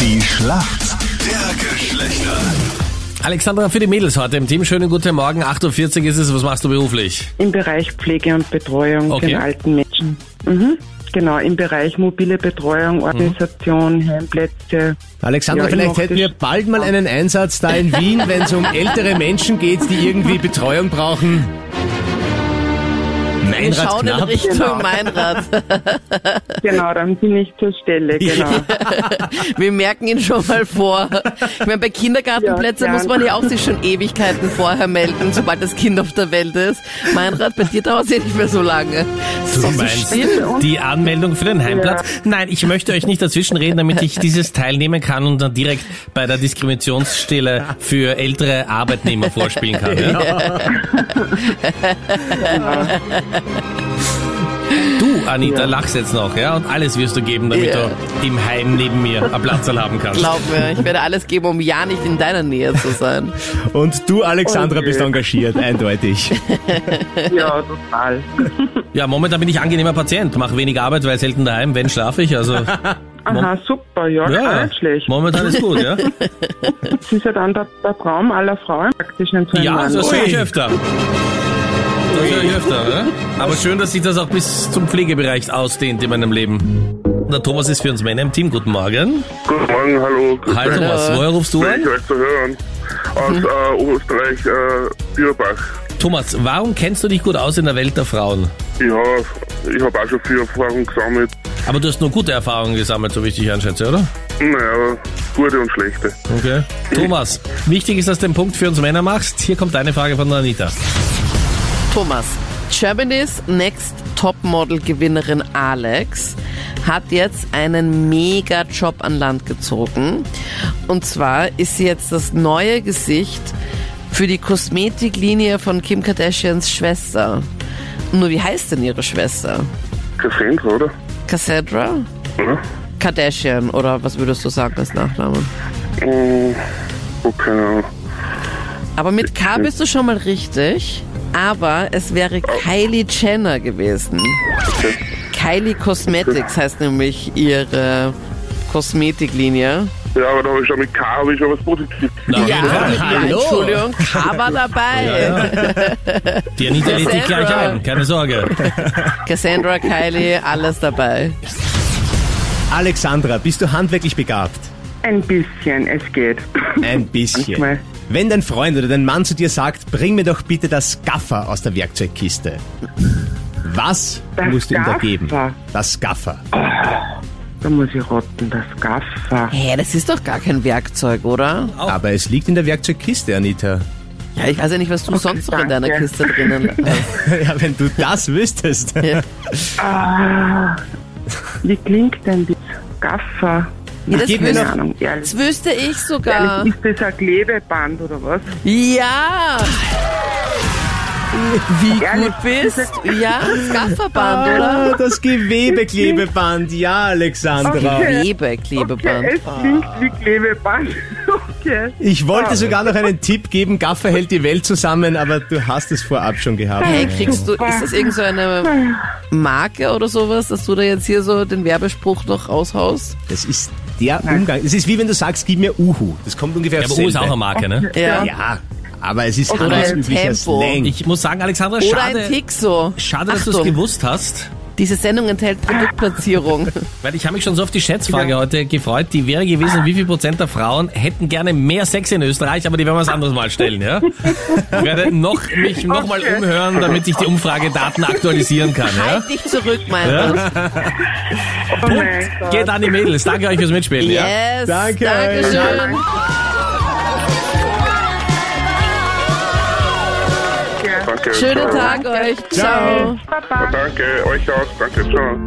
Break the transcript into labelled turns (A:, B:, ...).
A: Die Schlacht der Geschlechter.
B: Alexandra für die Mädels heute im Team. Schönen guten Morgen. 8.40 Uhr ist es. Was machst du beruflich?
C: Im Bereich Pflege und Betreuung
B: Okay.
C: von alten Menschen. Mhm. Genau, im Bereich mobile Betreuung, Organisation, Heimplätze.
D: Alexandra,
C: Ja,
D: vielleicht
C: immer
D: hätten wir
C: optisch.
D: bald mal einen Einsatz da in Wien, wenn es um ältere Menschen geht, die irgendwie Betreuung brauchen.
E: Wir
D: Meinrad
E: schauen in
D: Knapp.
E: Richtung Meinrad.
C: Genau, dann bin ich zur Stelle, genau.
E: Wir merken ihn schon mal vor. Ich meine, bei Kindergartenplätzen
C: Ja, gern.
E: muss man ja auch sich schon Ewigkeiten vorher melden, sobald das Kind auf der Welt ist. Meinrad, bei dir dauert es ja nicht mehr so lange. Es ist
B: Du
E: doch so
B: meinst
E: still.
B: die Anmeldung für den Heimplatz? Nein, ich möchte euch nicht dazwischenreden, damit ich dieses teilnehmen kann und dann direkt bei der Diskriminationsstelle für ältere Arbeitnehmer vorspielen kann. Ja? Du, Anita, lachst jetzt noch, ja? Und alles wirst du geben, damit
E: Ja.
B: du im Heim neben mir einen Platz haben kannst.
E: Glaub mir, ich werde alles geben, um ja nicht in deiner Nähe zu sein.
D: Und du, Alexandra,
C: Okay.
D: bist engagiert, eindeutig.
C: äh, ja, total.
B: Ja, momentan bin ich angenehmer Patient, mache wenig Arbeit, weil selten daheim, wenn schlafe ich, also
C: Aha, super, ja, gar
B: ja,
C: nicht schlecht.
B: momentan ist gut, ja?
C: Das ist ja dann der, der Traum aller Frauen praktisch in so einem
B: Ja, also
C: Mann.
B: das höre ich
D: Ui.
B: öfter. Das höre ich öfter, ne? Aber schön, dass sich das auch bis zum Pflegebereich ausdehnt in meinem Leben. Der Thomas ist für uns Männer im Team. Guten Morgen.
F: Guten Morgen, hallo. Grüß
B: Hi
F: euch.
B: Thomas, woher rufst du
F: Bin ich
B: an?
F: euch zu hören. Aus äh, Oberösterreich, äh, Bierbach.
B: Thomas, warum kennst du dich gut aus in der Welt der Frauen?
F: Ja, ich habe auch schon viel Erfahrung gesammelt.
B: Aber du hast nur gute Erfahrungen gesammelt, so wie ich dich einschätze, oder?
F: Naja, gute und schlechte.
B: Okay. Thomas, wichtig ist, dass du den Punkt für uns Männer machst. Hier kommt eine Frage von der Anita.
E: Thomas, Germany's Next Topmodel-Gewinnerin Alex hat jetzt einen Mega-Job an Land gezogen. Und zwar ist sie jetzt das neue Gesicht für die Kosmetiklinie von Kim Kardashians Schwester. Nur wie heißt denn ihre Schwester?
F: Cassandra, oder?
E: Cassandra?
F: Oder?
E: Kardashian oder was würdest du sagen als Nachname?
F: Mm, oh, keine Ahnung.
E: Aber mit K bist du schon mal richtig. Aber es wäre Kylie Jenner gewesen. Kylie Cosmetics heißt nämlich ihre Kosmetiklinie.
F: Ja, aber da habe ich schon mit K habe ich schon was Positives.
B: Na, auf jeden Fall.
E: hallo. Entschuldigung, K war dabei.
B: Die Anita lädt dich
E: Cassandra.
B: gleich ein, keine Sorge.
E: Cassandra, Kylie, alles dabei.
D: Alexandra, bist du handwerklich begabt?
C: Ein bisschen, es geht.
D: Ein bisschen.
C: Manchmal.
D: Wenn dein Freund oder dein Mann zu dir sagt, bring mir doch bitte das Gaffer aus der Werkzeugkiste. Was
C: Das
D: musst du ihm da
C: Gaffer?
D: geben? Das Gaffer.
C: Da muss ich rotten, das Gaffer.
E: Hä, das ist doch gar kein Werkzeug, oder?
D: Aber es liegt in der Werkzeugkiste, Anita.
E: Ja, ich weiß ja nicht, was du sonst noch in deiner
C: danke.
E: Kiste drinnen hast.
D: Ja, wenn du das wüsstest.
C: Ah, wie klingt denn das Gaffer?
E: Ja, das,
D: Gib mir
C: Keine
E: wüsste,
C: Ahnung, ehrlich.
E: das wüsste ich sogar.
C: Ist das ein Klebeband oder was?
E: Ja! Wie
C: Ehrlich?
E: gut bist Ja, das Gafferband, oder?
D: Ah, das Gewebeklebeband. Ja, Alexandra.
C: Okay.
E: Klebe, Klebeband.
C: Ja, es klingt wie Klebeband. Okay.
D: Ich
C: Ah.
D: wollte sogar noch einen Tipp geben. Gaffer hält die Welt zusammen, aber du hast es vorab schon gehabt.
E: Hey, kriegst du, ist das irgend so eine Marke oder sowas, dass du da jetzt hier so den Werbespruch noch raushaust?
D: Das ist der Umgang. Es ist wie wenn du sagst, gib mir Uhu. Das kommt ungefähr
B: Ja,
D: aufs
B: aber U ist auch
D: selbe.
B: eine Marke, ne?
E: Ja.
D: Ja, aber es ist
E: Oder ein
D: handelsüblicher
E: Tempo.
D: Slang.
B: Ich muss sagen, Alexandra,
E: Oder ein
B: schade,
E: Tixo.
B: schade dass du es
E: Achtung,
B: gewusst hast.
E: Diese Sendung enthält Produktplatzierung.
B: Weil ich habe mich schon so auf die Schätzfrage heute gefreut. Die wäre
E: Ah.
B: gewesen, wie viel Prozent der Frauen hätten gerne mehr Sex in Österreich, aber die werden wir was anderes Mal stellen, ja? Ich werde noch, mich noch mal
C: Okay.
B: umhören, damit ich die Umfragedaten aktualisieren kann, ja?
E: Halt dich zurück, mein Gott.
C: Oh mein Gott.
B: Geht an die Mädels. Danke euch fürs Mitspielen, ja?
E: Yes,
D: Danke.
E: Dankeschön.
F: Danke.
E: Schönen
F: ciao.
E: Tag euch. Ciao.
C: Baba.
F: Danke, euch auch. Danke, ciao.